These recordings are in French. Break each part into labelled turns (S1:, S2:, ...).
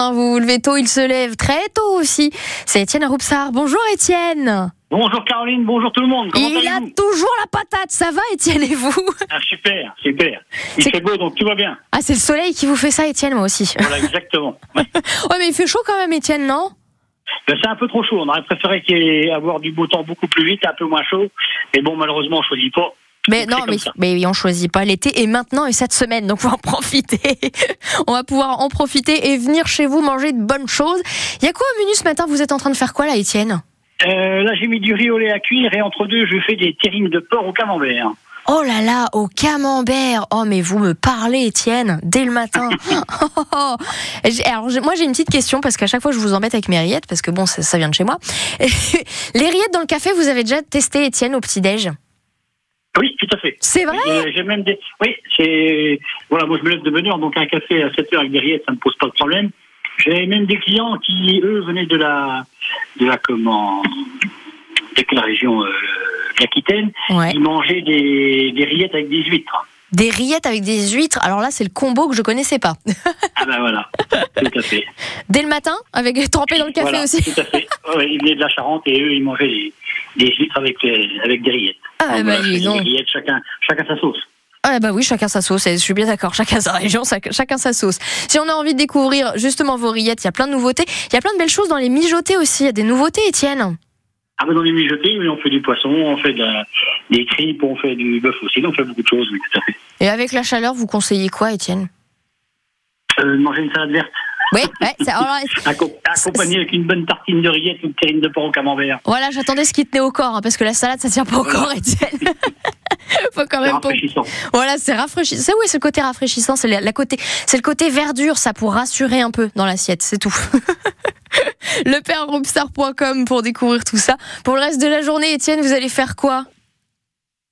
S1: Hein, Vous vous levez tôt, il se lève très tôt aussi. C'est Étienne Roupsard. Bonjour Étienne.
S2: Bonjour Caroline, bonjour tout le monde. Comment
S1: il a
S2: allez-vous
S1: toujours la patate. Ça va Étienne et vous
S2: Ah, Super, super. Il
S1: C'est-
S2: fait beau donc tout va bien.
S1: Ah c'est le soleil qui vous fait ça Étienne moi aussi.
S2: Voilà, exactement. Ouais.
S1: Ouais mais il fait chaud quand même Étienne non
S2: Ben, c'est un peu trop chaud. On aurait préféré qu'il y ait avoir du beau temps beaucoup plus vite, un peu moins chaud. Mais bon, malheureusement, on choisit pas.
S1: mais
S2: C'est
S1: non,
S2: comme
S1: mais,
S2: ça.
S1: mais on choisit pas l'été et maintenant et cette semaine, donc on va en profiter. on va pouvoir en profiter et venir chez vous manger de bonnes choses. Il y a quoi au menu ce matin Vous êtes en train de faire quoi là, Étienne
S2: Euh, là, j'ai mis du riz au lait à cuire et entre deux, je fais des terrines de porc au camembert.
S1: Oh là là, au camembert Oh mais vous me parlez Étienne, dès le matin Oh, oh, oh. J'ai- Alors j'ai- moi j'ai une petite question parce qu'à chaque fois je vous embête avec mes rillettes parce que bon ça, ça vient de chez moi. Les rillettes dans le café vous avez déjà testé Étienne au petit-déj
S2: Oui, tout à fait.
S1: C'est vrai
S2: Euh, J'ai même des. Oui, c'est. Voilà, moi je me lève de bonne heure, donc un café à 7 heures avec des rillettes, ça ne me pose pas de problème. J'avais même des clients qui, eux, venaient de la. De la comment. De quelle région euh, L'Aquitaine.
S1: Ouais.
S2: Ils mangeaient des, des rillettes avec des huîtres.
S1: Des rillettes avec des huîtres, alors là c'est le combo que je connaissais pas.
S2: Ah ben voilà, tout à fait.
S1: Dès le matin avec trempé dans le café
S2: Voilà,
S1: aussi.
S2: Tout à fait. Ouais, ils venaient de la Charente et eux, ils mangeaient des, des huîtres avec, les- avec des rillettes.
S1: Ah
S2: Donc,
S1: bah
S2: voilà,
S1: dis
S2: c'est
S1: donc.
S2: des rillettes, chacun, chacun sa sauce.
S1: Ah bah oui, chacun sa sauce, et je suis bien d'accord, chacun sa région, chac- chacun sa sauce. Si on a envie de découvrir justement vos rillettes, il y a plein de nouveautés, il y a plein de belles choses dans les mijotés aussi, il y a des nouveautés Étienne.
S2: Ah ben dans les mijotés, oui, on fait du poisson, on fait de la- des cripes, on fait du bœuf aussi, on fait beaucoup de choses, oui, tout à fait.
S1: Et avec la chaleur, vous conseillez quoi Étienne
S2: Euh, manger une salade verte,
S1: Oui, ouais, ça- alors,
S2: acco- accompagnée avec une bonne tartine de rillettes ou de terrine de porc au camembert.
S1: voilà, j'attendais ce qui tenait au corps, hein, parce que la salade, ça tient pas au corps Étienne. Faut quand
S2: C'est
S1: même pas...
S2: rafraîchissant.
S1: Voilà, c'est rafraîchissant. C'est oui, c'est le côté rafraîchissant, c'est la, la côté, c'est le côté verdure, ça pour rassurer un peu dans l'assiette, c'est tout. Leperroupstar.com pour découvrir tout ça. Pour le reste de la journée, Étienne, vous allez faire quoi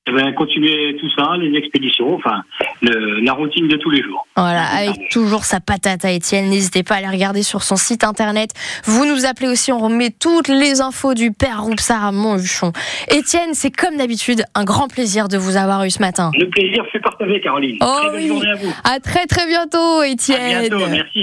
S2: Eh ben, continuer tout ça, les expéditions, enfin, le- la routine de tous les jours.
S1: Voilà, avec toujours sa patate à Étienne. N'hésitez pas à aller regarder sur son site internet. Vous nous appelez aussi, on remet toutes les infos du père Roupsar à Montluchon. Étienne, c'est comme d'habitude un grand plaisir de vous avoir eu ce matin.
S2: Le plaisir fait partager, Caroline.
S1: Oh
S2: Très bonne
S1: oui.
S2: journée à vous.
S1: À très très bientôt, Étienne.
S2: À bientôt, merci. hein.